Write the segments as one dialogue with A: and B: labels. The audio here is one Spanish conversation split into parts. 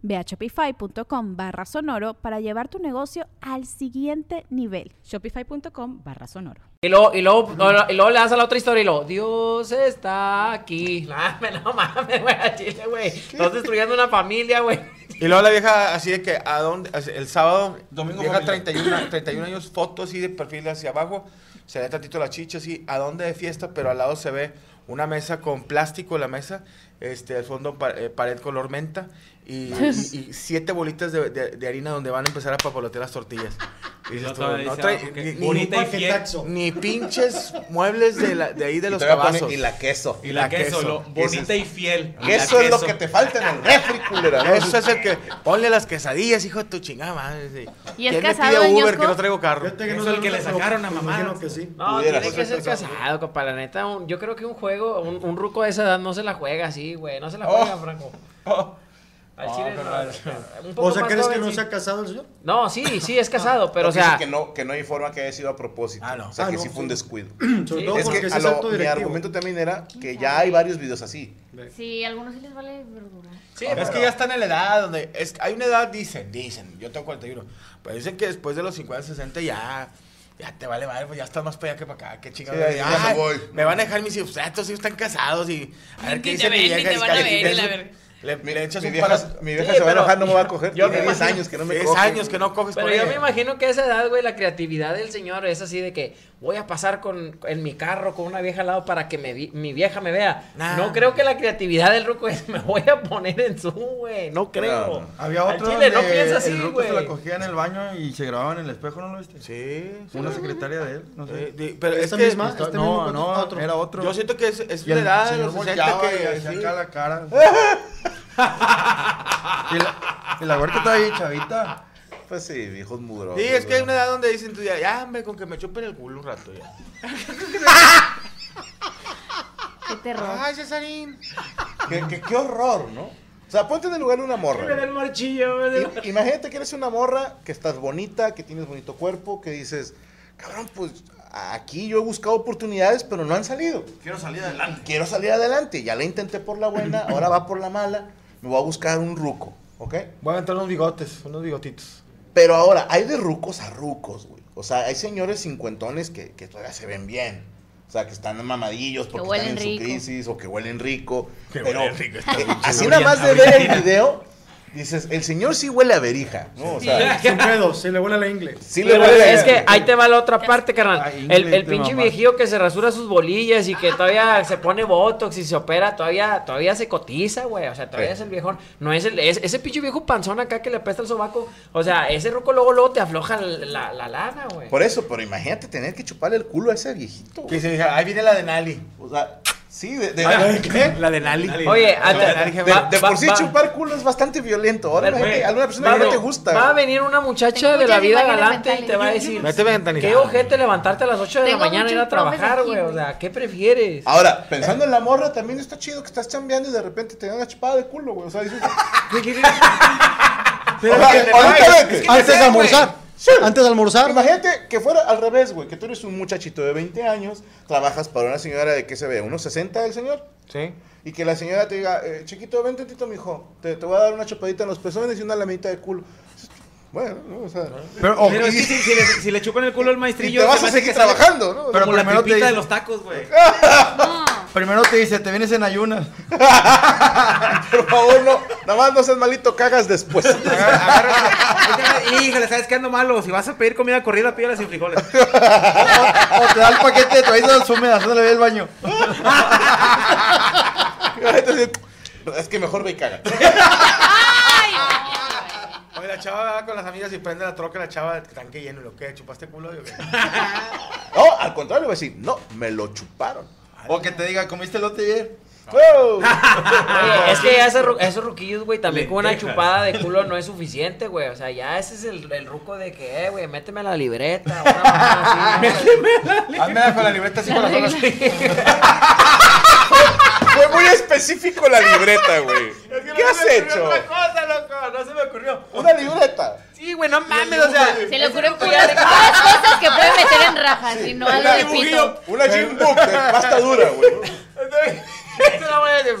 A: Ve a shopify.com barra sonoro para llevar tu negocio al siguiente nivel.
B: Shopify.com barra sonoro.
C: Y luego, y, luego, y luego le das a la otra historia y luego, Dios está aquí. Lame, no mames, güey, a Chile, güey. Estás destruyendo una familia, güey.
D: Y luego la vieja así de que, ¿a dónde? Así, El sábado,
E: Domingo
D: vieja
E: familiar.
D: 31, 31 años, foto así de perfil hacia abajo, se le da tantito la chicha así, ¿a dónde de fiesta? Pero al lado se ve una mesa con plástico, la mesa, este, al fondo pa- eh, pared color menta y, y- y siete bolitas de, de- de harina donde van a empezar a papalotear las tortillas. Y dices
F: luego
D: tú,
F: todavía
E: ah,
D: no
F: dice
D: trae-
F: abajo que
D: ni- ni-
F: bonita y
D: ni-
F: fiel.
D: Ni pinches muebles de, la- de ahí de
E: Y
D: los
E: todavía pone,
D: cabazos.
E: y la queso.
F: Y la, queso, lo- bonita y fiel. Y la
E: Queso es lo
F: queso.
E: que te falta en el refri, culera. ¿no?
D: Eso es el que. Ponle las quesadillas, hijo de tu chingada madre. sí.
A: ¿Y es
D: ¿Quién
A: casado,
D: me pide Uber
A: ñosco?
D: que no traigo carro?
F: Fíjate que no sé lo que le sacaron a mamá.
G: Imagino que sí.
C: No,
E: Pudiera
C: tiene que
E: ser
C: ser
E: casado.
C: casado, compa. La neta, un- yo creo que un juego, un, un ruco de esa edad no se la juega así, güey. No se la
E: Oh.
C: juega, Franco.
E: Oh.
C: Al
E: Oh,
C: chile,
E: qué
C: no,
E: raro.
C: un poco
G: O sea,
C: más
G: ¿crees que
C: joven,
G: no
C: sí.
G: se ha casado el señor? Ah.
C: No, sí, sí, es casado, pero o
E: Dice
C: sea.
E: que no, que no hay forma que haya sido a propósito.
D: Ah, no.
E: O sea,
G: Ah,
E: que
G: no,
E: sí fue
G: sí.
E: un descuido.
G: Sobre
C: Sí.
G: todo
E: Es
G: porque
E: que
G: ese
E: a
G: es
E: lo-
G: alto
E: mi
G: directivo.
E: argumento también era que ya hay varios videos así.
H: Sí, a algunos sí les vale verdura.
C: Sí,
D: es que ya están en la edad donde. Es, hay una edad, dicen, dicen. Yo tengo 41. Pero dicen que después de los 50, 60 ya. Ya te vale madre, pues ya estás más para allá que para acá. Qué chingada.
E: Sí, ya me voy.
D: Me van a dejar mis hijos. ah, Estos hijos están casados y. A ver qué
H: Ni te
D: dice mi
H: ven,
D: vieja.
H: ni te
D: y
H: van a
D: que
H: ver,
D: le-
H: y la verga.
D: Le,
E: Mi,
D: le echas
E: mi
D: un
E: vieja,
D: palazo.
E: mi vieja
C: Sí,
E: se va a
C: pero-
E: enojar, no me va a coger.
C: yo
E: Tiene
C: me
E: 10
C: imagino-
E: años que no me
D: Diez
E: coge.
D: años que no coges
E: Pues,
C: Pero
D: con
C: yo
D: ella.
C: me imagino que a esa edad, güey, la creatividad del señor es así de que voy a pasar con, en mi carro con una vieja al lado para que me vi- mi vieja me vea.
D: Nah.
C: No creo que la creatividad del ruco es me voy a poner en su, güey. No creo.
E: No, no.
G: Había
C: Al
G: otro
C: chile, no
G: donde
C: piensa
G: el
C: así,
G: ruco
C: güey.
G: se la cogía en el baño y se grababa en el espejo, ¿no lo viste?
D: Sí. sí.
G: Una secretaria de él, no sé.
D: Eh, di- pero
G: ¿Esta
D: es que-
G: misma?
D: Está-
G: ¿Este no, mismo? no, Otro.
D: era otro. Yo siento que es, es
G: Y
D: una
G: el
D: edad de
G: señor
D: los 60
G: volteaba y
D: que.
G: hacía
D: sí.
G: acá la cara. y la, y la huerta estaba ahí, chavita.
E: Pues sí, viejos muros.
D: Sí, es que hay una edad donde dicen tú ya, ya, hombre, con que me chupen el culo un rato ya.
H: Qué terror.
D: Ay, Cesarín.
E: Qué, qué- qué horror, ¿no? O sea, ponte en el lugar de una morra.
C: Me da el marchillo, güey.
E: I- Imagínate que eres una morra, que estás bonita, que tienes bonito cuerpo, que dices, cabrón, pues aquí yo he buscado oportunidades, pero no han salido.
G: Quiero salir adelante.
E: Quiero salir adelante, ya la intenté por la buena, ahora va por la mala, me voy a buscar un ruco, ¿ok?
G: Voy a aventar unos bigotes, unos bigotitos.
E: Pero ahora, hay de rucos a rucos, güey. O sea, hay señores cincuentones que, que todavía se ven bien. O sea, que están mamadillos porque
H: huelen
E: están en
H: rico.
E: su crisis o que huelen rico.
D: Que
E: pero
D: huelen rico, está
E: eh,
D: bien
E: así
D: chido.
E: nada más de ver el video, dices, el señor sí huele a verija, ¿no? O sea,
G: Sin pedo, se le huele la ingle.
E: sí le
C: Pero
E: huele a
C: es que
E: verija.
C: ahí te va la otra parte, carnal.
G: Ay,
C: El, el
G: inglete,
C: pinche
G: mamá.
C: viejillo que se rasura sus bolillas y que todavía se pone botox y se opera, todavía, todavía se cotiza, güey. O sea, todavía
E: Sí.
C: es el viejón. No es el, es- ese pinche viejo panzón acá que le apesta el sobaco. O sea, ese ruco luego, luego te afloja la, la- la lana, güey.
E: Por eso, pero imagínate tener que chuparle el culo a ese viejito.
D: Que se dice, ahí viene la de Nali.
E: O sea, sí, de, de,
D: La de Nali.
C: Oye,
D: La de Nali,
C: antes-
D: jefe.
C: Ah, va-
E: de por sí
C: va-
E: chupar culo es bastante violento. Ahora
C: Güey,
E: imagínate, alguna persona
C: va
E: que no
C: a-
E: te gusta.
C: Va a venir una muchacha
H: Tengo
C: de la
H: ya
C: vida
H: imágenes
C: galante y te va a
H: mentales.
C: decir:
D: Vete, ventanita.
C: Qué ojete levantarte a las 8 de la
H: Tengo
C: mañana y ir a
H: muchos profes
C: trabajar,
H: aquí,
C: güey. O
H: güey.
C: sea, ¿qué prefieres?
E: Ahora, pensando en la morra, también está chido que estás chambeando y de repente te dan una chupada de culo, güey. O sea, dices.
G: Pero
E: O sea,
G: es que-
E: ahorita
G: ay,
E: vete.
G: antes de almorzar. Antes de almorzar.
E: Imagínate que fuera al revés, güey. Que tú eres un muchachito de 20 años, trabajas para una señora de, ¿qué se ve? ¿Unos 60 el señor?
D: Sí.
E: Y que la señora te diga, eh, chiquito, vente tantito, mijo. Te, te voy a dar una chupadita en los pezones y una lamita de culo. Bueno, ¿no? o sea.
G: Pero,
I: Oh,
G: ojo,
F: Pero es que si, si le, si le chupan el culo al
E: Y
F: maestrillo.
E: te vas
F: se
E: a
F: me hace
E: seguir
F: que sale
E: trabajando, ¿no? O sea,
F: Como
G: Pero
F: la
G: primero te
F: pipita de
G: dice-
F: los tacos, güey.
H: No.
G: Primero te dice, te vienes en ayunas.
E: Por favor, no. Nada más no seas malito, cagas después.
J: Agarra- agarra- Híjole, ¿sabes qué ando malo? Si vas a pedir comida corrida, pídela sin frijoles.
G: O te da el paquete de toallitas húmedas, no le ve el baño.
E: Entonces, es que mejor ve y caga.
D: Oye, la chava va con las amigas y prende la troca, la chava, tanque lleno, y lo que, chupaste culo. Yo,
E: No, al contrario, va a decir, no, me lo chuparon.
G: O que te diga, ¿comiste elote ayer?
E: ¡Wow!
C: Oye, es que ya ese ru- esos ruquillos, güey, también con una
J: Lentejas.
C: chupada de culo no es suficiente, güey. O sea, ya ese es el, el ruco de que, eh, güey, méteme a la libreta. una mamá así, ¿no?
G: Ah,
D: Hazme con la libreta así con las horas.
E: Fue muy específico la libreta, güey. ¿Qué has hecho?
J: cosa, loco. No se me ocurrió.
E: Una libreta.
J: Sí, güey, no mames, o sea.
H: Se le ocurren puras puras cosas que pueden meter en rajas y no algo
E: Una,
H: de pito.
E: una gym book de pasta dura, güey.
J: este
C: Es una madre de-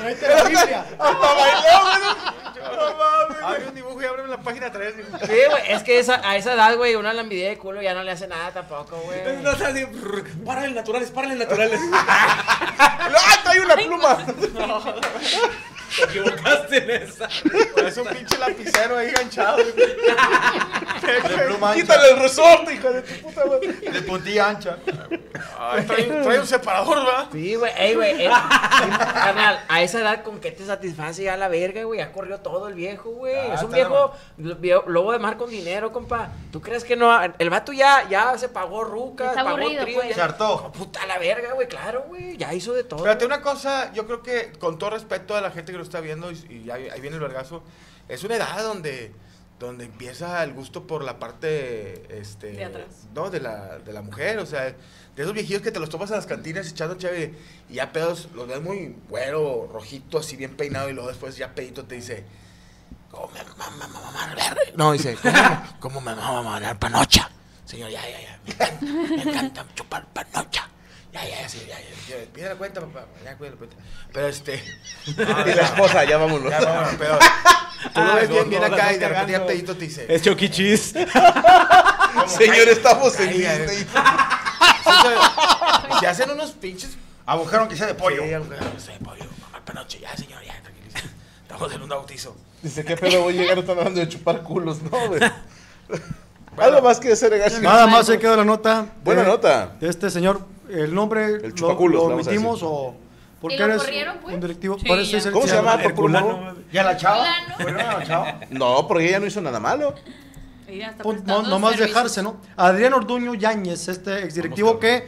E: Hasta bailó, güey.
D: Abre un dibujo y ábreme la página 3.
C: Sí, güey, es que esa- a esa edad, güey, una lambidez de culo ya no le hace nada tampoco, güey.
J: No, o sea, así, brr, párale naturales, párale naturales.
E: ¡Ah, trae una pluma!
J: Te equivocaste en esa.
D: Es un pinche lapicero ahí ganchado.
G: De pluma ancha,
E: Quítale el resorte, hija de tu puta madre.
G: de puntilla ancha.
D: Trae, trae un separador, ¿verdad?
C: Sí, güey, ey, güey. eh, Carnal, a esa edad, ¿con qué te satisface ya la verga, güey? Ya corrió todo el viejo, güey. es un viejo lo- vie- lobo de mar con dinero, compa. ¿Tú crees que no? El vato ya, ya se pagó ruca,
H: Está
C: pagó
H: aburrido,
C: trío.
H: pues.
C: ya-
G: Se hartó.
C: Puta la verga, güey, claro, güey. Ya hizo de todo.
D: Fíjate, una cosa, yo creo que con todo respeto a la gente que lo está viendo, y, y ahí, ahí viene el vergazo, es una edad donde, donde empieza el gusto por la parte. Este,
K: De atrás.
D: No, de la, de la mujer, o sea, de esos viejillos que te los tomas en las cantinas echando chévere y ya pedos, los ves muy güero, rojito, así bien peinado, y luego después ya pedito te dice. ¿Cómo me mama mamar verde? No, dice, ¿cómo, me- cómo me mama mamar panocha? Señor, ya, ya, ya. Me encanta, me encanta chupar panocha. Ya, ya, ya, sí, ya, ya. ya. Pide la cuenta, papá. Ya, cuida la cuenta. Pero este.
E: Y la esposa, Ah, ya vámonos.
D: Ya, vámonos, pero. Tú lo
J: Ah,
D: ves
J: no,
D: bien, bien
J: no, la
D: acá
J: estás
D: y de repente ya
J: cagando.
D: pedito te dice.
J: Es choquichis.
E: Señor, estamos en
D: Ay, ay,
E: Disney.
D: ay. Se hacen unos pinches.
G: Agujaron que sea de pollo.
D: Sí, aunque no sé, pollo. Mamar panocha. Ya, señor, ya, tranquilízate. Estamos en un bautizo.
E: Dice, ¿qué pedo voy a llegar? Están hablando de chupar culos, ¿no, güey? Algo más que hacer, Gassi.
I: Nada más se queda la nota.
E: Buena
I: de-
E: nota.
I: De este señor, el nombre. lo-
E: chupaculos,
I: ¿Lo
E: vamos a
I: omitimos
E: decir.
I: o.?
H: ¿Y
I: Porque
H: lo
I: eres
H: corrieron, pues?
I: un directivo.
K: Sí,
I: parece
K: ya.
I: ser-
E: ¿Cómo se llama?
J: Herculano.
G: ¿Y a la chava?
H: Fulano.
G: ¿Fueron a la chava?
E: No, porque ella no hizo nada malo.
K: Ella está
I: Pon- Pues, No,
K: prestando
I: nomás
K: servicios.
I: dejarse, ¿no? Adrián Orduño Yáñez, este exdirectivo que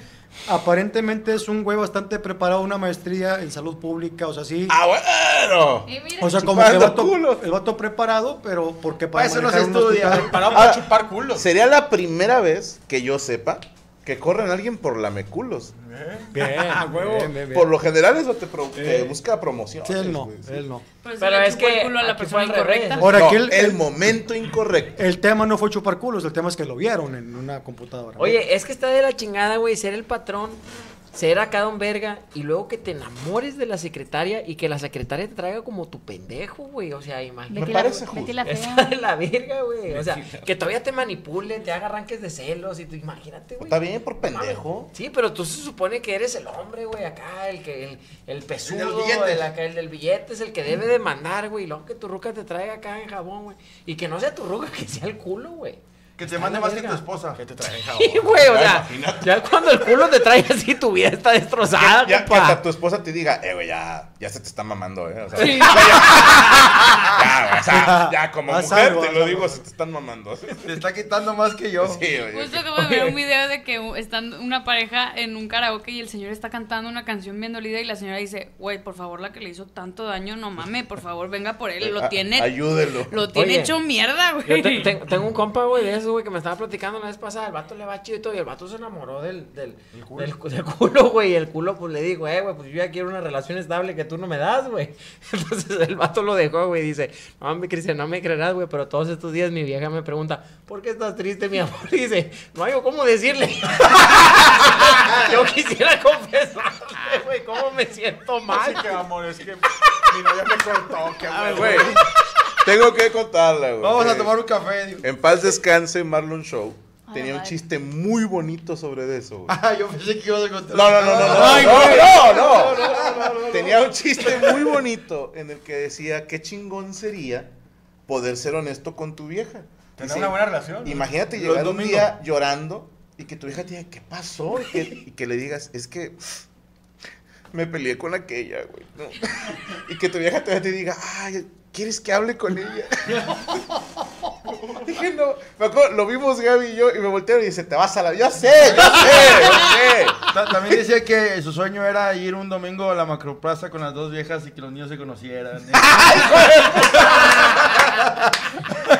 I: aparentemente es un güey bastante preparado, una maestría en salud pública, o sea, sí.
E: ¡Ah, bueno!
F: Eh,
H: Y mira,
I: O sea, como que el
E: Chupando
I: vato,
E: culos.
I: el vato preparado, pero porque
G: Para
I: para
G: eso los
I: manejar un
G: estudia.
I: hospital-
J: Parado
E: Ahora-
J: para chupar culos.
E: Ah, Sería la primera vez que yo sepa que corren a alguien por lameculos.
J: Ah, huevo.
E: Por lo general, eso te, pro- te busca promoción.
I: Eh. Sí, él no, él no.
K: Pero,
C: Pero
K: es
C: es que
K: el culo a la
C: aquí fue
K: persona
C: al revés.
K: incorrecta.
I: Ahora,
E: No,
I: aquí el,
E: el,
I: el,
E: momento incorrecto.
I: el tema no fue chupar culos, el tema es que lo vieron en una computadora. ¿no?
C: Oye, es que está de la chingada, güey, ser el patrón, ser acá don verga, y luego que te enamores de la secretaria y que la secretaria te traiga como tu pendejo, güey. O sea, imagínate.
H: Betty
E: Me
H: la-
E: parece justo.
H: Betty la fea.
C: Está de la verga, güey. O sea, que todavía te manipule, te haga arranques de celos y tú imagínate, güey.
E: Está bien por pendejo.
C: Sí, pero tú se supone que eres el hombre, güey, acá, el que, el, el
I: El del
C: pesudo,
I: billete.
C: el, acá, el del billete es el que debe de mandar, güey, y luego que tu ruca te traiga acá en jabón, güey, y que no sea tu ruca, que sea el culo, güey.
I: que
C: te mande más que tu
I: esposa.
D: ¿Qué te traen, jabón?
C: Sí, güey, o sea, ya cuando el culo te trae así, tu vida está destrozada,
E: Ya que hasta
C: compa.
E: tu esposa te diga, eh, güey, ya, ya se te está mamando, ¿eh? O sea,
C: Sí.
E: ya, güey, o sea, ya como
I: Haz
E: mujer
I: algo,
E: te
I: haz
E: lo
I: algo.
E: digo, se te están mamando. Sí,
G: Te está quitando más que
F: Pues
G: yo.
E: oye.
F: Justo acabo de ver un video de que u- están una pareja en un karaoke y el señor está cantando una canción bien dolida y la señora dice, güey, por favor, la que le hizo tanto daño, no mames, por favor, venga por él,
I: Ah,
F: lo
E: A-
F: tiene,
E: Ayúdelo.
F: lo tiene
C: Oye.
F: hecho mierda, güey.
C: Yo te- te- tengo un compa, güey, de eso, güey, que me estaba platicando la vez pasada. El vato le va chido y todo, y el vato se enamoró del, del, del cu- del culo, güey. Y el culo, pues le dijo, eh, güey, pues yo ya quiero una relación estable que tú no me das, güey. Entonces el vato lo dejó, güey, y dice, no, me, Cristian, no me creerás, güey, pero todos estos días mi vieja me pregunta, ¿por qué estás triste, mi amor? Y dice, no hay cómo decirle. yo quisiera confesarle, güey, cómo me siento mal.
D: que amor, es que mi novia me cortó, que
E: Ay, güey. Tengo que contarla, güey.
G: Vamos a tomar un café. digo.
E: En paz descanse Marlon Show. tenía un
H: madre.
E: chiste muy bonito sobre de eso, güey.
I: Ah, yo pensé que ibas a contar.
E: No, no, no, no, no,
I: Ay,
E: no,
I: güey.
E: no, no. Tenía un chiste muy bonito en el que decía, qué chingón sería poder ser honesto con tu vieja.
L: Tener
E: Dice,
L: una buena relación.
E: Imagínate
L: Los
E: llegar un
L: domingos.
E: día llorando y que tu vieja te diga, ¿qué pasó? Y que, y que le digas, es que me peleé con aquella, güey. ¿no?". Y que tu vieja todavía te diga, ay, ¿quieres que hable con ella? Dije, no. Me acuerdo, lo vimos Gaby y yo y me voltearon y dice, te vas a la... Yo sé, yo sé, yo sé.
D: Ta- También decía que su sueño era ir un domingo a la macroplaza con las dos viejas y que los niños se conocieran.
I: ¿eh?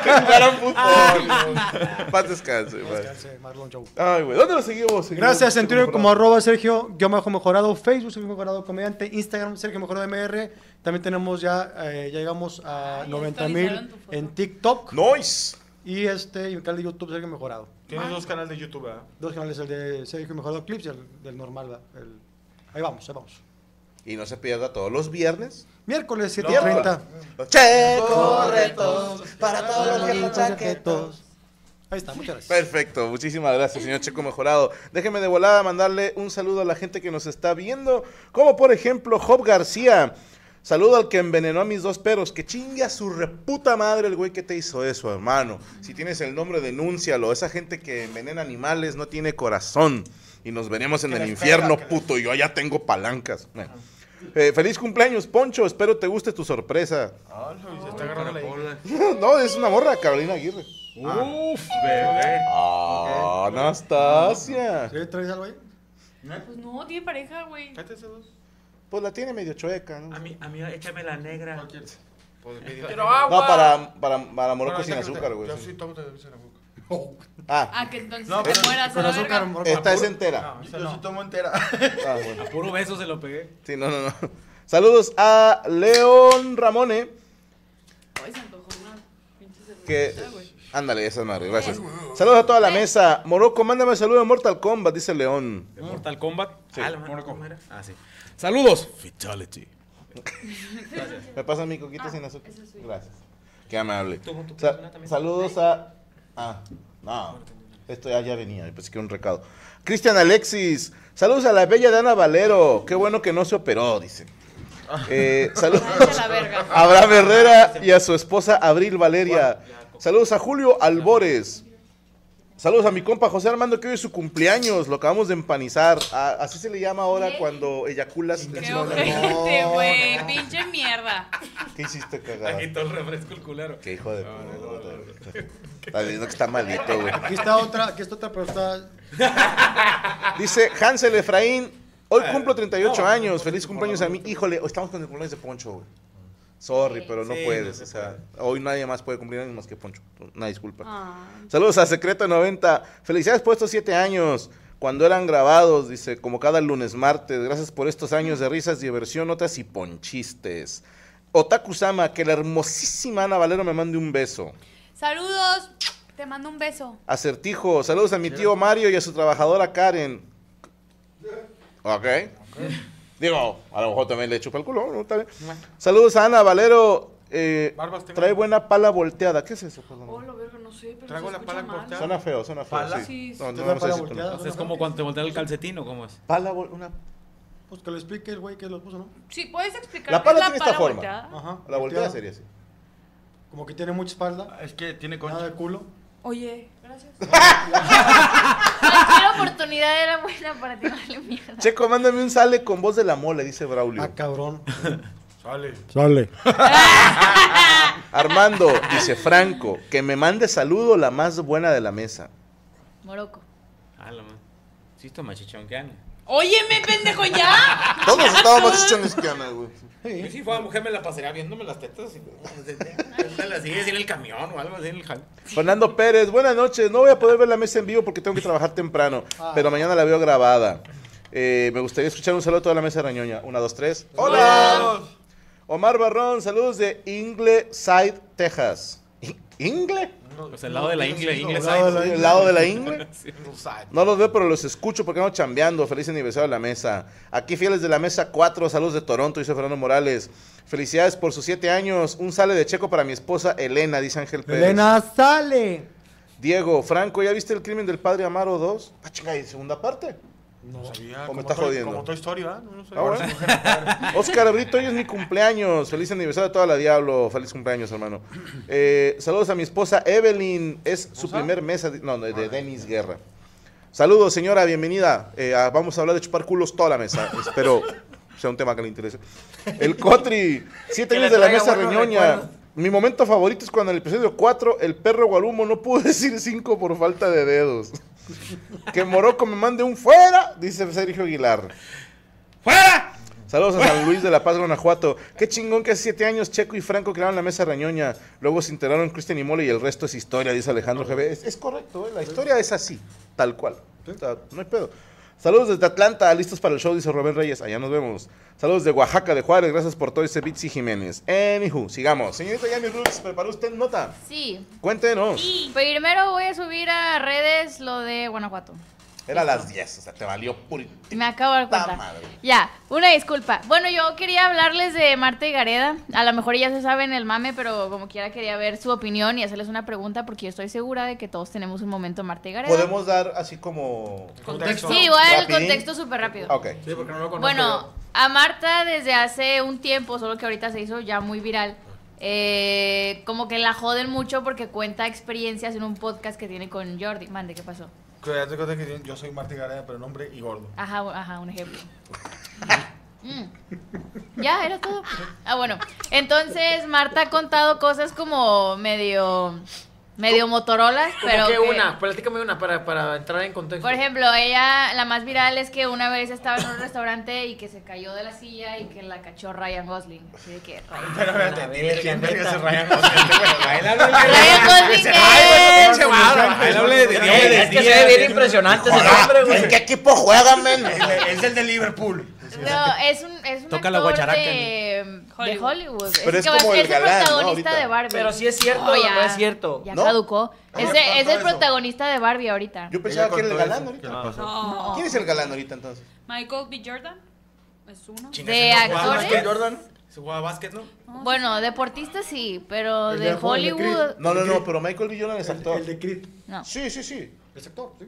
E: Jugaran fútbol. güey. Paz descanse, güey.
I: Marlon Show.
E: Ay, güey, ¿dónde lo seguimos? señor?
I: Gracias, en Twitter
E: Mejorado.
I: como arroba Sergio, yo bajo mejorado, Facebook Sergio Mejorado Comediante, Instagram Sergio Mejorado MR. También tenemos ya, eh, ya llegamos a
F: Ay,
I: 90
F: actualizaron
I: mil
F: tu foto.
I: en TikTok
E: Noise.
I: y este y el canal de YouTube Sergio Mejorado.
L: Tienes dos canales de YouTube, ¿verdad?
I: Dos canales, el de Sergio Mejorado Clips y el del normal. ¿verdad? El- ahí vamos, ahí vamos.
E: Y no se pierda todos los viernes.
I: Miércoles
E: Miércoles.
I: 7.30.
E: Los Checo
D: Correctos para todos los viejos chaquetos.
I: Ahí está, muchas gracias.
L: Pues,
E: Perfecto, muchísimas gracias, señor Checo Mejorado. Déjeme de volada mandarle un saludo a la gente que nos está viendo, como por ejemplo Job García. Saludo al que envenenó a mis dos perros, que chingue a su reputa madre el güey que te hizo eso, hermano. Si tienes el nombre, denúncialo. Esa gente que envenena animales no tiene corazón. Y nos veremos en
L: Que
E: el
L: les pega,
E: infierno,
L: que les- Ah.
E: puto. Yo allá tengo palancas. Bueno. Eh, feliz cumpleaños, Poncho. Espero te guste tu sorpresa.
L: Ah, Luis, se está agarrando la
M: Hola.
E: no, es una morra, Carolina Aguirre.
M: Uf, bebé.
E: Ah, Anastasia.
I: ¿Sí, traes algo ahí?
F: Pues no, tiene pareja, güey.
L: Cállate esos dos.
E: Pues la tiene medio chueca, ¿no?
M: A mí, a mí, échame la negra.
L: Pero agua.
E: No, para, para, para
L: Bueno,
E: Morocco sin
L: ahorita que
E: azúcar,
L: te-
E: güey.
L: Yo
E: sí.
L: sí tomo te- sin azúcar.
E: Ah,
F: Ah, que entonces
L: No,
F: te
L: pero-
F: mueras a
I: Con
F: la
I: azúcar,
F: verga.
I: amor.
E: esta es entera.
L: No, esa
D: Yo sí
L: no.
D: tomo entera.
E: Ah, bueno.
M: Puro beso se lo pegué.
E: Sí, no, no, no. Saludos a León Ramone,
F: Ay, se antojó una pinche
E: que...
F: cervecita, güey.
E: Ándale, esa madre, gracias. Saludos a toda la mesa. Morocco, mándame saludo de Mortal Kombat, dice León.
M: De Mortal Kombat.
E: Sí,
M: Ah, la madre,
E: Mortal
M: ¿cómo era? Ah, sí. Saludos. Fatality.
E: ¿Me pasa mi
F: Ah,
E: coquita sin azúcar?
F: esa es suya.
E: Gracias. Qué amable.
M: Tú con tu
E: Sa-
M: persona también.
E: saludos a... Ah, no. Esto ya, ya venía, pensé que era un recado. Cristian Alexis, saludos a la bella Dana Valero. Qué bueno que no se operó, dice.
M: Ah.
E: Eh, saludos.
F: Váyanse a la verga.
E: Abraham Herrera y a su esposa Abril Valeria. Saludos a Julio Albores. Saludos a mi compa José Armando, que hoy es su cumpleaños. Lo acabamos de empanizar. A- así se le llama ahora cuando eyaculas.
F: Qué
E: encima de-
F: ojete, güey. Pinche mierda.
E: ¿Qué hiciste, cagada?
M: Aquí todo el refresco el culero.
E: Qué hijo de puta. Está diciendo que está malito, güey.
I: Aquí está otra, aquí está otra, pero está...
E: Dice Hansel Efraín, hoy
M: Ah,
E: cumplo 38 años, feliz cumpleaños a mí. Híjole, hoy estamos con el cumpleaños de Poncho, güey. Sorry, pero no
M: Sí,
E: puedes,
M: no
E: o sea, hoy nadie más puede cumplir años más que Poncho. Una disculpa.
M: Ah.
F: Ay.
E: Saludos a Secreto 90. Felicidades por estos 7 años. Cuando eran grabados, dice, como cada lunes, martes. Gracias por estos años de risas, diversión, notas y ponchistes. Otaku Sama, que la hermosísima Ana Valero me mande un beso.
F: Saludos. Te mando un beso.
E: Acertijo, saludos a mi tío Mario y a su trabajadora Karen. Ok. Digo, a lo mejor también le chupa el culo. ¿no? Está bien. Saludos a Ana Valero. eh,
L: Barbas tengo.
E: trae buena pala volteada. ¿Qué es eso? perdón?
F: Oh, lo verga, no sé, pero
L: Traigo
F: se
L: la
F: escucha
L: pala
F: mal.
L: cortada.
E: Suena feo, suena feo.
L: ¿Pala?
E: Sí.
F: Sí,
E: No,
I: sí.
E: no, no sé
I: Pala
E: si-
I: volteada.
M: Entonces es como cuando te voltean el calcetín o cómo es.
E: Pala vol- una-
I: Pues que lo explique el güey que lo puso, ¿no?
F: Sí, ¿puedes explicar
E: La
F: qué es
E: pala tiene esta forma.
F: volteada?
I: Ajá.
E: La volteada sería así.
I: Como que tiene mucha espalda,
D: Ah, Es que tiene
I: nada
D: concha.
I: de culo.
F: Oye, gracias.
H: Cualquier oportunidad era buena para ti, vale mierda.
E: Checo, mándame un sale con voz de la mole, dice Braulio.
I: Ah, cabrón.
E: Pues.
L: Sale.
I: Sale.
E: Armando, dice Franco, que me mande saludo la más buena de la mesa.
H: Morocco.
M: Ah, la madre. Sí, está machichón que anda.
F: Óyeme, pendejo, ya.
E: Todos estábamos hechos güey.
M: Yo si fuera mujer me la pasaría viéndome las tetas y las así en el camión o algo así en el jal.
E: Fernando Pérez, buenas noches. No voy a poder ver la mesa en vivo porque tengo que trabajar temprano,
I: Ah.
E: pero mañana la veo grabada. Eh, me gustaría escuchar un saludo a toda la mesa de Rañoña. Una, dos, tres. ¡Hola! Omar Barrón, saludos de Ingleside, Texas. ¿In- ¿Ingle?
M: O sea, pues el lado de la ingle, ingle
I: lado
M: side.
I: de la-
E: ¿El lado de la Ingle?
L: Inside.
E: No los veo, pero los escucho porque ando chambeando. Feliz aniversario de la mesa. Aquí, fieles de la mesa 4, saludos de Toronto, dice Fernando Morales. Felicidades por sus siete años. Un sale de checo para mi esposa Elena, dice Ángel Pérez.
I: Elena sale.
E: Diego, Franco, ¿ya viste el crimen del padre Amaro 2? Ah, chinga, ¿y segunda parte?
L: No sabía.
E: ¿O
L: como
E: me está
L: Toy-
E: jodiendo?
L: Como Toy Story, ¿verdad? No, no sé.
E: Ah, bueno. Oscar Brito, hoy es mi cumpleaños. Feliz aniversario a toda la diablo. Feliz cumpleaños, hermano. Eh, saludos a mi esposa Evelyn. Es su primer mesa. de- No, de, de Denis Guerra. Saludos, señora. Bienvenida. Eh, a- vamos a hablar de chupar culos toda la mesa. Espero sea un tema que le interese. El Cotri. Siete
L: Que le
E: años de la
L: traiga
E: mesa
L: buenos
E: reñoña.
L: recuerdos.
E: Mi momento favorito es cuando en el episodio 4 el perro Gualumo no pudo decir 5 por falta de dedos. Que Morocco me mande un fuera, dice Sergio Aguilar.
M: ¡Fuera!
E: Saludos a San Luis de La Paz, Guanajuato. Qué chingón que hace siete años Checo y Franco crearon la mesa rañoña. Luego se integraron Cristian y Mole y el resto es historia, dice Alejandro GB. Es, es correcto, ¿eh?
I: Pues,
E: la historia es así, tal cual. O sea, no hay pedo. Saludos desde Atlanta, listos para el show, dice Rubén Reyes. Allá nos vemos. Saludos de Oaxaca, de Juárez. Gracias por todo ese Bitsy Jiménez. Anywho, sigamos. Señorita Yami Roots, ¿preparó usted nota?
H: Sí.
E: Cuéntenos.
H: Primero voy a subir a redes lo de Guanajuato.
E: Era a las 10, o sea, te valió pul...
H: Me acabo de dar
E: Ta
H: cuenta.
E: madre.
H: Ya, una disculpa. Bueno, yo quería hablarles de Marta y Gareda. A lo mejor ya se saben el mame, pero como quiera quería ver su opinión y hacerles una pregunta porque yo estoy segura de que todos tenemos un momento Marta y Gareda.
E: Podemos dar así como...
C: Contexto.
H: Sí, voy a dar el
E: Rapidín.
H: contexto súper rápido.
E: Ah, Ok.
C: Sí, porque no lo conozco.
H: Bueno,
C: yo.
H: a Marta desde hace un tiempo, solo que ahorita se hizo ya muy viral. eh, como que la joden mucho porque cuenta experiencias en un podcast que tiene con Jordi. Mande, ¿qué pasó?
D: Que ya te conté que Yo soy Martín Gareda, pero nombre y gordo.
H: Ajá, u- ajá, un ejemplo. Mm. Ya, era todo. Ah, bueno. Entonces, Marta ha contado cosas como medio. medio Motorolas,
C: ¿Cómo
H: pero.
C: que
H: que-
C: una? Platícame una para, para entrar en contexto.
H: Por ejemplo, ella, la más viral es que una vez estaba en un restaurante y que se cayó de la silla y que la cachó Ryan Gosling. Así de que
F: Ah,
H: Ryan.
D: Pero
C: A la
D: espérate,
C: verga,
D: dime quién
C: neta.
D: verga es Ryan Gosling.
H: Ryan Gosling es.
D: Pinche barba, bailable de-
C: Eh, es que se ve bien impresionante ese hombre, güey.
E: equipo juega, men?
D: Es el- Es el de Liverpool.
H: No, es un, es un
M: Toca la
H: actor
M: guacharaca,
H: de,
F: ¿no?
H: de Hollywood.
E: Pero es
H: que va a
E: como
H: ser-
E: el galán, ¿no?
H: protagonista
E: Ahorita.
H: de Barbie.
C: Pero sí es cierto,
H: No,
C: no,
H: ya.
C: es cierto.
H: Ya
E: ¿No?
H: caducó.
D: Ella
H: Ese-
D: contó
H: es el
D: eso.
H: protagonista de Barbie ahorita.
E: Yo pensaba
D: Ella
E: que era el
D: contó
E: galán
D: eso.
E: ahorita.
D: ¿Qué pasó?
F: No.
E: ¿Quién es el galán ahorita entonces?
F: Michael B. Jordan es uno.
H: De actores.
E: Jordan?
M: Se jugaba básquet, ¿no?
H: Bueno, deportistas sí, pero
I: El
H: de
I: de Apple, el de
H: Hollywood.
E: No, no, no, pero Michael B. Jordan es
I: El,
E: actor.
I: el de Creed.
H: No.
E: Sí, sí, sí.
I: Es actor, sí.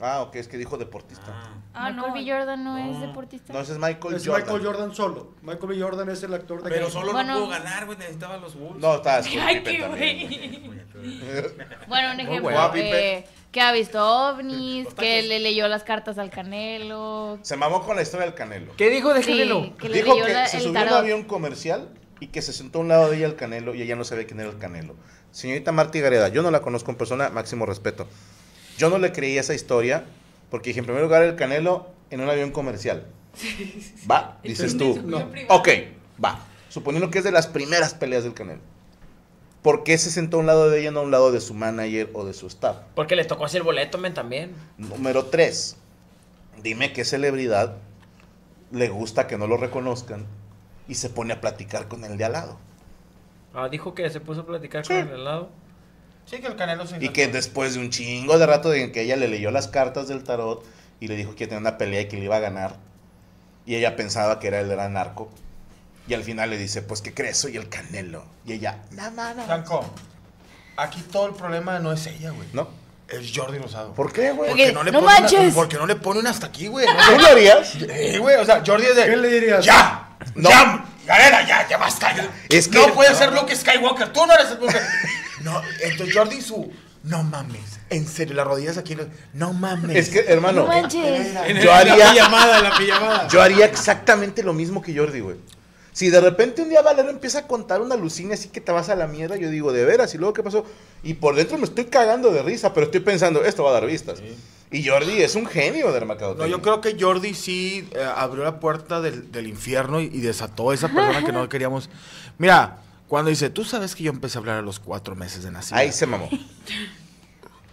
E: Ah, ok, es que dijo deportista.
F: Ah,
H: Michael B.
F: no.
H: Jordan no, es deportista.
E: No, ese es Michael
I: Es
E: Jordan.
I: Michael Jordan solo. Michael B. Jordan es el actor de
M: Pero
I: Creed.
M: solo
H: Bueno.
M: no pudo ganar, güey. Necesitaba los Bulls.
E: No, está
F: Ay,
E: Pippen
F: qué
E: también.
F: güey.
H: Bueno, un ejemplo.
E: bueno.
H: eh, que ha visto ovnis, que le leyó las cartas al Canelo.
E: Se mamó con la historia del Canelo.
C: ¿Qué dijo de
H: Sí,
C: Canelo?
H: que le
E: Dijo
H: leyó
E: que
H: la-
E: se
H: el
E: subió a un
H: tarot.
E: avión comercial y que se sentó a un lado de ella el Canelo y ella no sabía quién era el Canelo. Señorita Marta Gareda, yo no la conozco en persona, máximo respeto. Yo no le creí esa historia porque dije, en primer lugar, el Canelo en un avión comercial. ¿Va? Dices tú.
F: No.
E: Ok, va. Suponiendo que es de las primeras peleas del Canelo. ¿Por qué se sentó a un lado de ella, no a un lado de su manager o de su staff?
C: Porque le tocó así el boleto, men, también.
E: Número 3. Dime qué celebridad le gusta que no lo reconozcan y se pone a platicar con el de al lado.
C: Ah, dijo que se puso a platicar con el lado.
D: Sí, que el Canelo se
E: Y que después de un chingo de rato de que ella le leyó las cartas del tarot y le dijo que tenía una pelea y que le iba a ganar. Y ella pensaba que era el gran narco. Y al final le dice, pues, ¿qué crees? Soy el canelo. Y ella, la mano.
D: Franco, aquí todo el problema no es ella, güey.
E: ¿No?
D: Es Jordi Rosado.
E: ¿Por qué, güey?
H: Porque-
D: no le
H: ¡No
D: pone una-
H: manches!
D: porque no le ponen hasta aquí, güey. No
E: ¿Tú
D: sé.
E: lo harías?
D: Eh, güey, o sea, Jordi es de.
I: ¿Qué le dirías?
D: ¡Ya!
E: No.
D: ¡Ya! Garena, ya, ya basta. ya.
E: Es que-
D: no puedes ser Luke Skywalker, tú no eres el Luke. no, entonces Jordi su. No mames. En serio, las rodillas aquí. no- No mames.
E: Es que, hermano,
H: No manches.
D: En
E: yo haría-
M: La pijamada, la pijamada.
E: Yo haría exactamente lo mismo que Jordi, güey. Si de repente un día Valero empieza a contar una lucina así que te vas a la mierda, yo digo, de veras, ¿y luego qué pasó? Y por dentro me estoy cagando de risa, pero estoy pensando, esto va a dar vistas. Y Jordi es un genio del mercado.
L: No, yo creo que Jordi sí eh, abrió la puerta del, del infierno y, y desató a esa persona que no queríamos. Mira, cuando dice, tú sabes que yo empecé a hablar a los cuatro meses de nacido.
E: Ahí se mamó.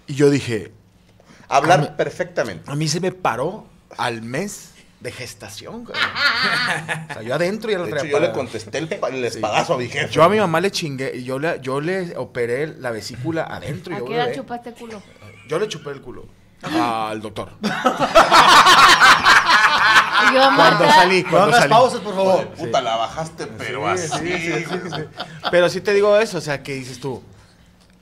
L: Y yo dije,
E: Hablar perfectamente.
L: a mí se me paró al mes de gestación. güey. o sea, yo adentro y al
E: De hecho, yo
L: reparado.
E: le contesté el, pa- el espadazo a mi jefe.
L: Yo a mi mamá le chingué y yo le, yo le operé la vesícula adentro. y
H: ¿A
L: yo,
H: qué edad
L: bebé.
H: chupaste culo?
L: Yo le chupé el culo al doctor.
H: Y yo,
L: Cuando
H: Marta,
L: salí,
I: No
L: cuando
I: hagas
L: salí.
I: pausas, por
H: Eh,
I: favor.
E: Puta, la bajaste, pero así.
L: Pero sí te digo eso, o sea, que dices tú,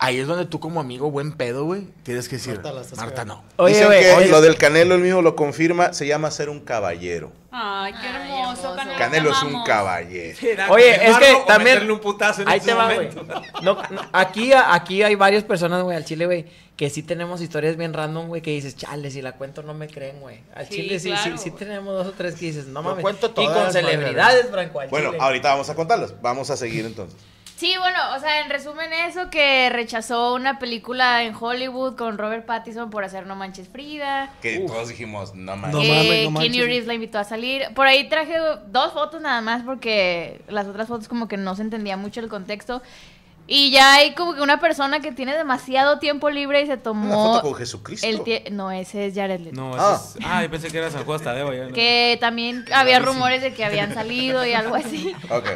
D: Ahí es donde tú como amigo buen pedo, güey, tienes que decir,
E: Marta, la
D: Marta,
E: estás
D: no.
E: Oye, Dicen
D: güey,
E: que
D: oye.
E: lo del Canelo, él mismo lo confirma, se llama ser un caballero.
F: Ay, qué hermoso, Canelo.
E: Canelo
F: te
E: es un
F: amamos.
E: caballero.
C: Oye, es que
M: o
C: también.
M: meterle un putazo en
C: ahí
M: ese
C: te va, güey.
M: momento.
C: No, no, aquí, aquí hay varias personas, güey, al chile, güey, que sí tenemos historias bien random, güey, que dices, chale, si la cuento no me creen, güey. Al
F: Sí,
C: chile sí,
F: claro,
C: sí, sí
F: güey.
C: tenemos dos o tres que dices, no
D: Yo
C: mames.
D: cuento
C: y
D: todas,
C: con
D: madre,
C: celebridades, Franco, al
E: Bueno,
C: chile.
E: ahorita vamos a contarlas. Vamos a seguir entonces.
H: Sí, bueno, o sea, en resumen eso, que rechazó una película en Hollywood con Robert Pattinson por hacer No Manches Frida.
E: Que todos dijimos,
I: No
E: no mames.
I: mames,
H: Eh,
I: no
H: Keanu
I: manches.
H: Reeves la invitó a salir. Por ahí traje dos fotos nada más porque las otras fotos como que no se entendía mucho el contexto. Y ya hay como que una persona que tiene demasiado tiempo libre y se
E: Una
H: tomó
E: foto con Jesucristo.
H: el tie- no ese es Jared Leto.
M: No, ah.
E: Ah.
M: es... Ay, pensé que era San Juan Tadeo. ya, no.
H: Que también había rumores de que habían salido y algo así.
E: Ok.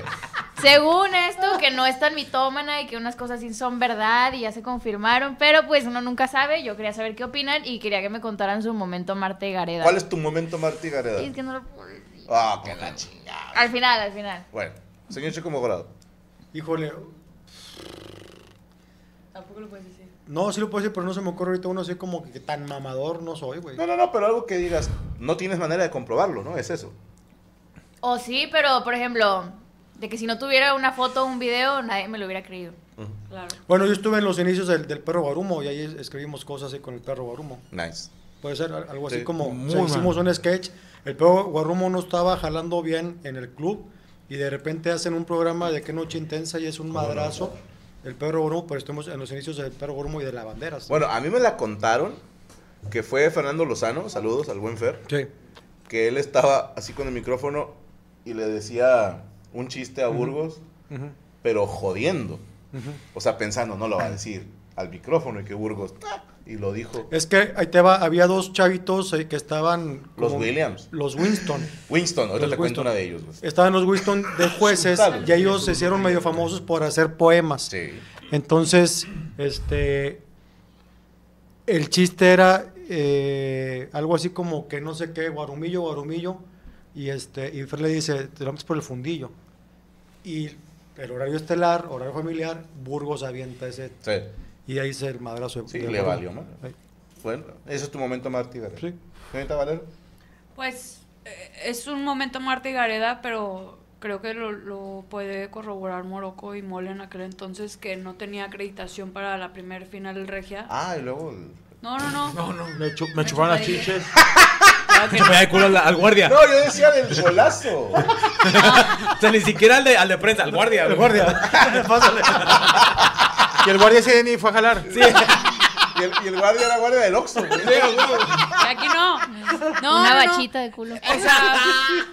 H: Según esto, que no es tan mitómana y que unas cosas sí son verdad y ya se confirmaron, pero pues uno nunca sabe. Yo quería saber qué opinan y quería que me contaran su momento Marta y Gareda.
E: ¿Cuál es tu momento, Martí Gareda?
H: Sí, es que no lo puedo decir.
E: Ah, qué la chingada.
H: Al final, al final.
E: Bueno, señor Chico Mejorado.
I: Híjole,
F: Tampoco lo puedes decir.
I: no, sí lo puedo decir, pero no se me ocurre ahorita uno así como que tan mamador no soy, güey.
E: No, no, no, pero algo que digas, no tienes manera de comprobarlo, ¿no? Es eso.
H: O sí, pero por ejemplo, de que si no tuviera una foto o un video, nadie me lo hubiera creído.
F: Claro.
I: Bueno, yo estuve en los inicios del, del perro Barumo y ahí es- escribimos cosas así con el perro Barumo.
E: Nice.
I: Puede ser al- algo así
E: Sí,
I: como
D: muy
I: o sea, hicimos un sketch, el perro Guarrumo no estaba jalando bien en el club y de repente hacen un programa de qué noche intensa y es un madrazo. El perro Guarrumo, pero estamos en los inicios del perro Guarrumo y de la bandera.
E: Bueno, a mí me la contaron que fue Fernando Lozano, saludos al buen Fer,
I: sí.
E: que él estaba así con el micrófono y le decía un chiste a Burgos, pero jodiendo. O sea, pensando, no lo va a decir al micrófono y que Burgos, ¡ah! y lo dijo
I: Es que ahí te va, había dos chavitos ahí que estaban
E: Los
I: como-
E: Williams.
I: los Winston.
E: Winston, ahorita
I: Los
E: te cuento
I: Winston.
E: una de ellos. güey.
I: Estaban los Winston
E: Ah,
I: de jueces
E: Insultable.
I: y ellos se hicieron medio famosos por hacer poemas.
E: Sí.
I: Entonces, este, el chiste era eh, algo así como que no sé qué, guarumillo, guarumillo, y este, y Fer le dice, te lo metes por el fundillo. Y el horario estelar, horario familiar, Burgos avienta ese,
E: Sí.
I: y ahí se el madrazo. de-
E: Sí,
I: de
E: le
I: Guarumillo.
E: valió, ¿no?
I: Ahí.
E: Bueno, ese es tu momento, Martí. Valero.
I: Sí.
E: Señorita Valero.
F: Pues eh, es un momento Marta y Gareda, pero creo que lo, lo puede corroborar Morocco y Mole en aquel entonces que no tenía acreditación para la primer final regia.
E: Ah, y luego... el-
F: No, no, no.
D: Me, chu- me chuparon las
F: chuparía.
D: chiches.
F: Claro que
M: Se me da el culo al, al guardia.
E: No, yo decía del golazo.
M: O sea, ni siquiera al de, al de prensa, al guardia. güey.
I: Pásale.
D: Y el guardia se ni fue a jalar. Sí.
E: Y el, y el guardia era guardia del Oxxo. güey.
F: no. Aquí no. No,
H: una
F: no, no.
H: bachita de culo.
F: O sea,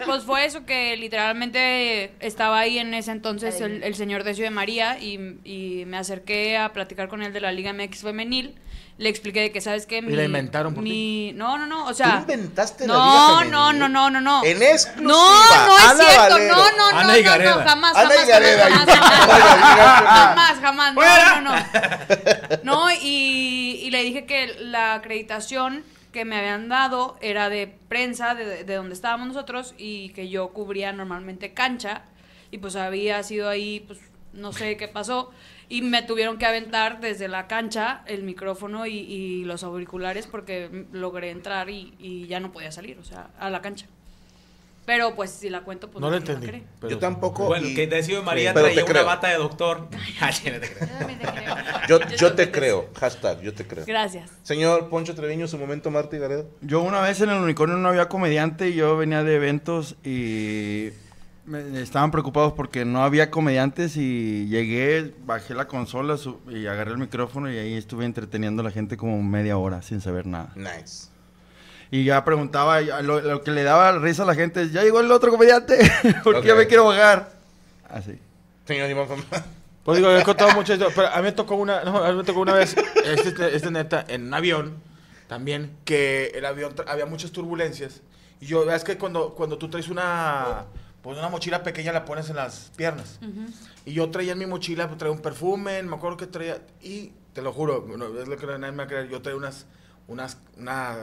F: pues fue eso que literalmente estaba ahí en ese entonces el, el señor Decio de María y, y me acerqué a platicar con él de la Liga MX femenil. Le expliqué de que, ¿sabes qué?
D: la inventaron por
F: mi- No, no, no, o
E: Tú
F: sea...
E: inventaste la
F: no,
E: liga
F: no,
E: femenil.
F: no, no, no, no.
E: En exclusiva.
F: No, no es
E: Ana
F: cierto,
E: Valero.
F: no, no, no,
M: Ana
F: no,
M: y
F: no,
M: Gareda.
F: jamás,
E: Ana y
F: jamás,
E: Gareda,
F: jamás,
E: inventó la
F: jamás,
E: liga
F: jamás, jamás,
M: ¡Fuera!
F: no, no, no. No, y, y le dije que la acreditación que me habían dado era de prensa, de, de donde estábamos nosotros, y que yo cubría normalmente cancha, y pues había sido ahí, pues no sé qué pasó, y me tuvieron que aventar desde la cancha el micrófono y, y los auriculares porque logré entrar y, y ya no podía salir, o sea, a la cancha. Pero pues si la cuento, pues
D: No lo
F: la
D: entendí.
F: cree.
D: pero-
E: Yo tampoco.
M: Bueno,
E: y-
M: que Decio María
E: Pero te
M: traía una
E: creo.
M: bata de doctor. Ay, sí, no te creo.
E: Yo, yo te creo. Hashtag, yo te creo.
F: Gracias.
E: Señor Poncho Treviño, su momento, Marta y Gareda.
G: Yo una vez en el unicornio no había comediante y yo venía de eventos y me estaban preocupados porque no había comediantes y llegué, bajé la consola su- y agarré el micrófono y ahí estuve entreteniendo a la gente como media hora sin saber nada.
E: Nice.
G: Y ya preguntaba, ya lo, lo que le daba risa a la gente es, ya llegó el otro comediante, ¿por qué
E: Ok.
G: me quiero bajar? Ah, Así.
E: Señor Iván Fama.
D: Pues digo, he contado muchas historias, pero a mí me tocó una, no, a mí me tocó una vez, este, este, este neta, en un avión, también, que el avión, tra- había muchas turbulencias, y yo, es que cuando, cuando tú traes una, pues una mochila pequeña la pones en las piernas, y yo traía en mi mochila, pues, traía un perfume, me acuerdo que traía, y te lo juro, no, es lo que nadie me va a creer, yo traía unas, unas, unas,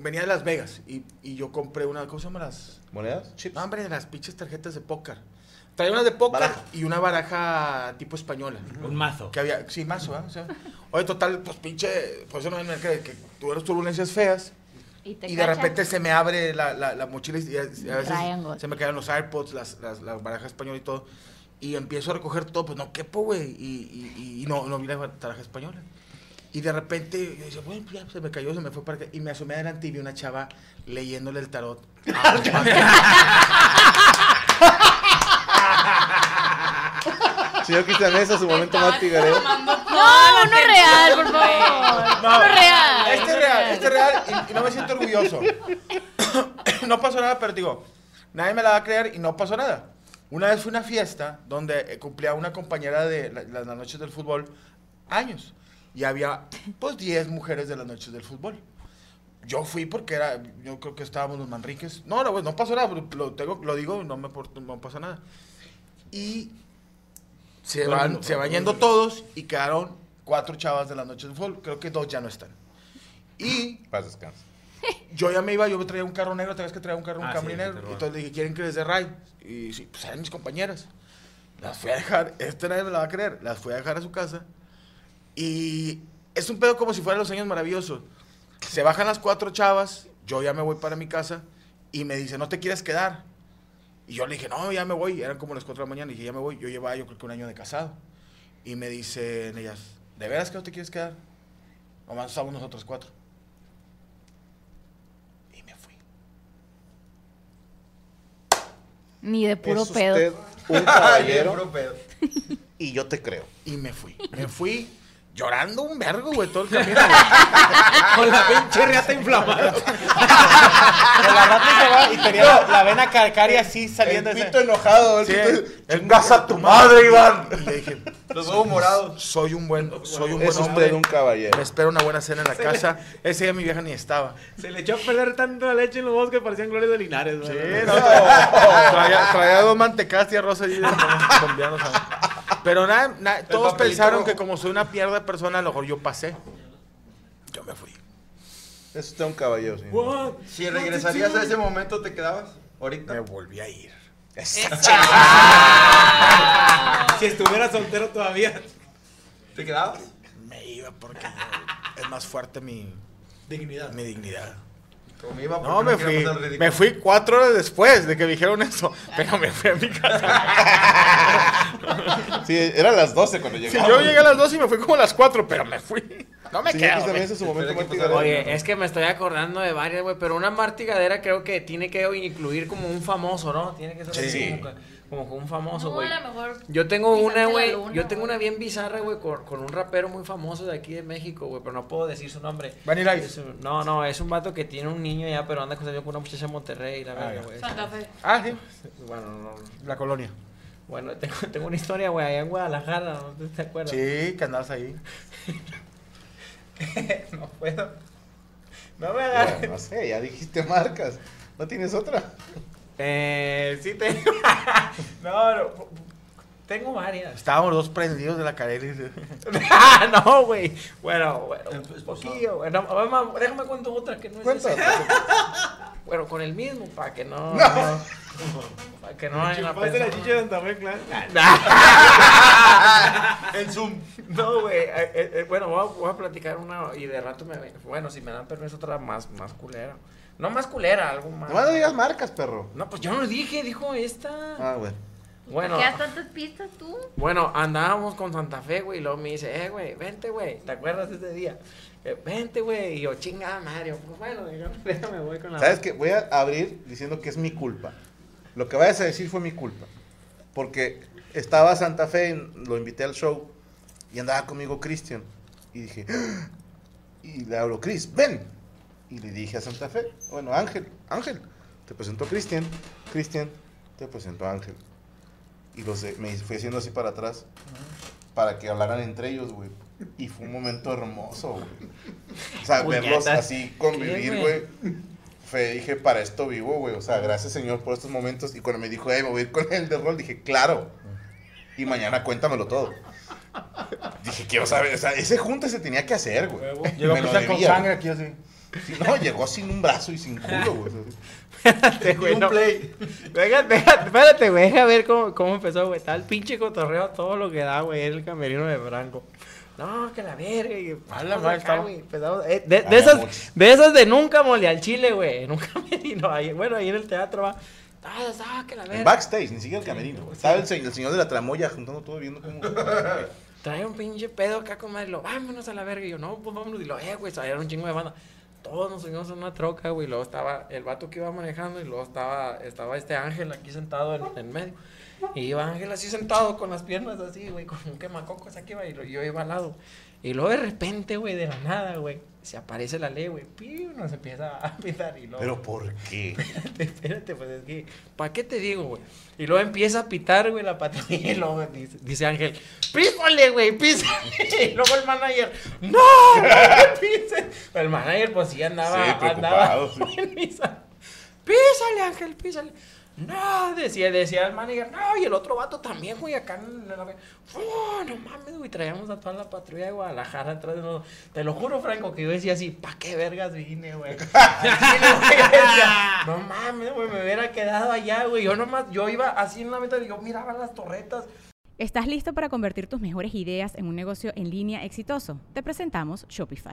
D: venía de Las Vegas, y, y yo compré una, ¿cómo se llama las?
E: ¿Monedas? Chips.
D: No, hombre, de las pinches tarjetas de póker. Traía una de póker
E: Baraja.
D: y una baraja tipo española.
C: Un mazo.
D: Que había, sí, mazo, ¿eh? O sea, oye, total, pues pinche, por eso no me que, que tuvieron turbulencias feas.
H: Y, te
D: Y de
H: cachan.
D: repente se me abre la, la, la mochila y a, y a veces
H: Triangle.
D: se me quedan los AirPods, las, las, las barajas españolas y todo. Y empiezo a recoger todo, pues no quepo, güey. Y, y, y no, no vi la baraja española. Y de repente yo dije, bueno, ya se me cayó, se me fue para acá. Y me asomé adelante y vi una chava leyéndole el tarot. a un vato.
E: Señor Cristian Mesa, su momento más tigareo.
H: No, uno real, por favor.
D: No,
H: uno real.
D: Este es real, este es real y, y no me siento orgulloso. no pasó nada, pero digo, nadie me la va a creer y no pasó nada. Una vez fue una fiesta donde eh, cumplía una compañera de la- las las noches del fútbol años y había pues 10 mujeres de las noches del fútbol. Yo fui porque era, yo creo que estábamos los Manriques. No, no, güey, no pasó nada, lo, tengo, lo digo, no me por- no pasa nada. Y se
C: Todo el
D: van,
C: mundo,
D: se van
C: todo el
D: yendo
C: mundo.
D: todos y quedaron cuatro chavas de las noches del fútbol. Creo que dos ya no están. Y
E: Paz, descansa.
D: yo ya me iba, yo traía un carro negro, vez que traía un carro, un
C: Ah, sí,
D: Camry
C: el que
D: negro.
C: te
D: Y
C: roban.
D: entonces le dije, ¿quieren que les dé ride? Y sí, pues eran mis compañeras. Las fui a dejar, este nadie me la va a creer, las fui a dejar a su casa. Y es un pedo como si fueran los años maravillosos. Se bajan las cuatro chavas, yo ya me voy para mi casa y me dice, ¿no te quieres quedar? Y yo le dije, no, ya me voy. Eran como las cuatro de la mañana y dije, ya me voy. Yo llevaba yo creo que un año de casado. Y me dicen ellas, ¿de veras que no te quieres quedar? Nomás estamos nosotros cuatro. Y me fui.
H: Ni de puro
E: es
H: pedo.
E: usted un caballero y yo te creo.
D: Y me fui. Me fui llorando un vergo, güey, todo el camino. güey. Con la pinche reata inflamada.
C: la rata se va y tenía la, la vena calcárea así saliendo.
E: el
C: ese-
E: pito enojado. El
D: Sí,
E: pito, Chingas a tu madre, Iván.
D: Y le dije,
G: Los ojos morados.
D: soy un buen, soy un buen
E: Es usted
D: hombre.
E: un caballero.
D: Me espero una buena cena en la casa. Ese día mi vieja ni estaba.
C: Se le echó a perder tanto la leche en los bosques que parecían glorias de Linares, güey.
D: no, traía, traía dos mantecadas tía rosa y colombianos. ¿sabes? Pero nada, nada, todos
G: papelito
D: pensaron
G: rojo.
D: que como soy una pierda de persona, a lo mejor yo pasé. Yo me fui.
E: Es usted un caballero, señor.
G: Si regresarías a ese momento, ¿te quedabas?
D: Me
G: Ahorita.
D: volví a ir.
C: Si estuviera soltero todavía.
G: ¿Te quedabas?
D: Me iba porque no- es más fuerte mi,
I: Dignidad.
D: mi dignidad.
G: Como iba, porque
D: No, me
G: quiero
D: fui.
G: pasar ridículo.
D: Me fui cuatro horas después de que me dijeron eso. Pero me fui a mi casa.
E: Sí, eran las 12 cuando
D: Sí,
E: llegamos.
D: yo llegué a las dos y me fui como a las cuatro, pero me fui. No me quedo.
E: Señor Cristian
D: güey.
E: Mesa, su momento
G: Espera
E: más
G: que
E: tigareo.
C: Oye, es que me estoy acordando de varias, güey, pero una martigadera creo que tiene que incluir como un famoso, ¿no? Tiene que ser así
E: Sí.
C: como, que- como que un famoso,
H: No, a
C: güey.
H: lo mejor.
C: Yo tengo
H: pisarte
C: una,
H: la
C: güey.
H: luna,
C: Yo tengo
H: güey.
C: una bien bizarra, güey, con, con un rapero muy famoso de aquí de México, güey, pero no puedo decir su nombre.
D: Vanilla Ice.
C: Es un- no, no, es un vato que tiene un niño ya, pero anda con con una muchacha en Monterrey, la verga, güey.
F: Santa Fe.
D: Ah, sí.
C: Bueno, no, no.
D: La colonia.
C: bueno, tengo, tengo una historia, güey, allá en Guadalajara, ¿no te- te acuerdas?
D: Sí, que andabas ahí.
C: no puedo. No me agarres.
E: Bueno, no sé, ya dijiste marcas. ¿No tienes otra?
C: Eh, sí tengo. no, no, tengo varias.
D: Estábamos los dos prendidos de la carrera. y-
C: no, güey. Bueno, bueno, un poquillo. güey. No, mamá, déjame cuento otra que no es
E: Cuenta.
C: esa. Bueno, con el mismo, para que no. Para que no vayan a pensar.
G: En Zoom.
C: No, güey. eh, eh, eh, bueno, voy a, voy a platicar una y de rato me. Bueno, si me dan permiso, otra más, más culera. No más culera, algo más.
E: Nomás no digas marcas, perro.
C: No, pues yo no dije, dijo esta.
E: Ah, bueno.
C: Bueno.
H: Pues, ¿Qué das tantas pistas tú?
C: Bueno, andábamos con Santa Fe, güey, y luego me dice, eh, güey, vente, güey, ¿te acuerdas de ese día? Eh, vente, güey, y yo, chingada Mario, pues bueno, déjame, déjame, voy
D: Ah.
C: con la...
E: ¿Sabes qué? Voy a abrir diciendo que es mi culpa. Lo que vayas a decir fue mi culpa. Porque estaba Santa Fe, en- lo invité al show y andaba conmigo Cristian. Y dije, "Ah". y le hablo, Cris, ven. Y le dije a Santa Fe, bueno, Ángel, Ángel, te presento a Cristian, Cristian, te presento a Ángel. Y los de- me fui haciendo así para atrás para que hablaran entre ellos, güey. Y fue un momento hermoso, güey. O sea, verlos
C: Puñetas.
E: así convivir,
C: Sí,
E: güey.
C: güey.
E: Fue, dije, para esto vivo, güey. O sea, gracias, señor, por estos momentos. Y cuando me dijo, hey, me voy a ir con el de rol, dije, claro. Y mañana cuéntamelo todo. Dije, quiero saber. O sea, ese junte se tenía que hacer, güey.
D: Llegó
E: Me lo
D: Cristian con
E: debía,
D: sangre aquí así.
E: Sí, no, llegó sin un brazo y sin culo, güey.
C: Espérate, güey. no. Venga, venga, espérate, güey. Deja ver cómo, cómo empezó, güey. Está el pinche cotorreo, todo lo que da, güey. El camerino de Franco. No, que la verga. y
D: Mala
C: empezamos
D: madre,
C: acá,
D: estaba-
C: güey, empezamos- eh, de, de
D: Ay, amor.
C: esas, de esas de nunca mole al chile, güey. Nunca camerino. ahí- bueno, ahí en el teatro va. Ah, ah, que la
E: En
C: verga.
E: backstage, ni siquiera el camerino. güey. Estaba el, se- el señor de la tramoya juntando todo, viendo cómo.
C: Trae un pinche pedo acá con madre. Lo, vámonos a la verga. Y yo, no, pues vámonos. Y lo, eh, güey, salieron un chingo de banda. Todos nos subimos en una troca, güey. y Luego estaba el vato que iba manejando. Y luego estaba, estaba este ángel aquí sentado en, en medio. Y iba Ángel así sentado con las piernas así, güey, con un quemacocos aquí, güey. Y lo- yo iba al lado. Y luego de repente, güey, de la nada, güey, se aparece la ley, güey. Piu, nos empieza a pitar. Y luego,
E: Pero ¿por qué?
C: espérate, espérate, pues es que, ¿para qué te digo, güey? Y luego empieza a pitar, güey, la patrulla y luego dice, dice Ángel, písale, güey, písale. Y luego el manager, ¡no! no me pises". El manager, pues sí andaba,
E: Sí,
C: andaba
E: preocupado,
C: en misa. Písale, Ángel, písale. No, decía, decía el manager, no, y el otro vato también, güey, acá en la... ¡Fu! No mames, güey, traíamos a toda la patrulla de Guadalajara atrás de nosotros. Te lo juro, Franco, que yo decía así, ¿pa' qué vergas vine, güey? Así, güey, yo decía, no mames, güey, me hubiera quedado allá, güey. Yo nomás, yo iba así en la meta y yo miraba las torretas.
B: ¿Estás listo para convertir tus mejores ideas en un negocio en línea exitoso? Te presentamos Shopify.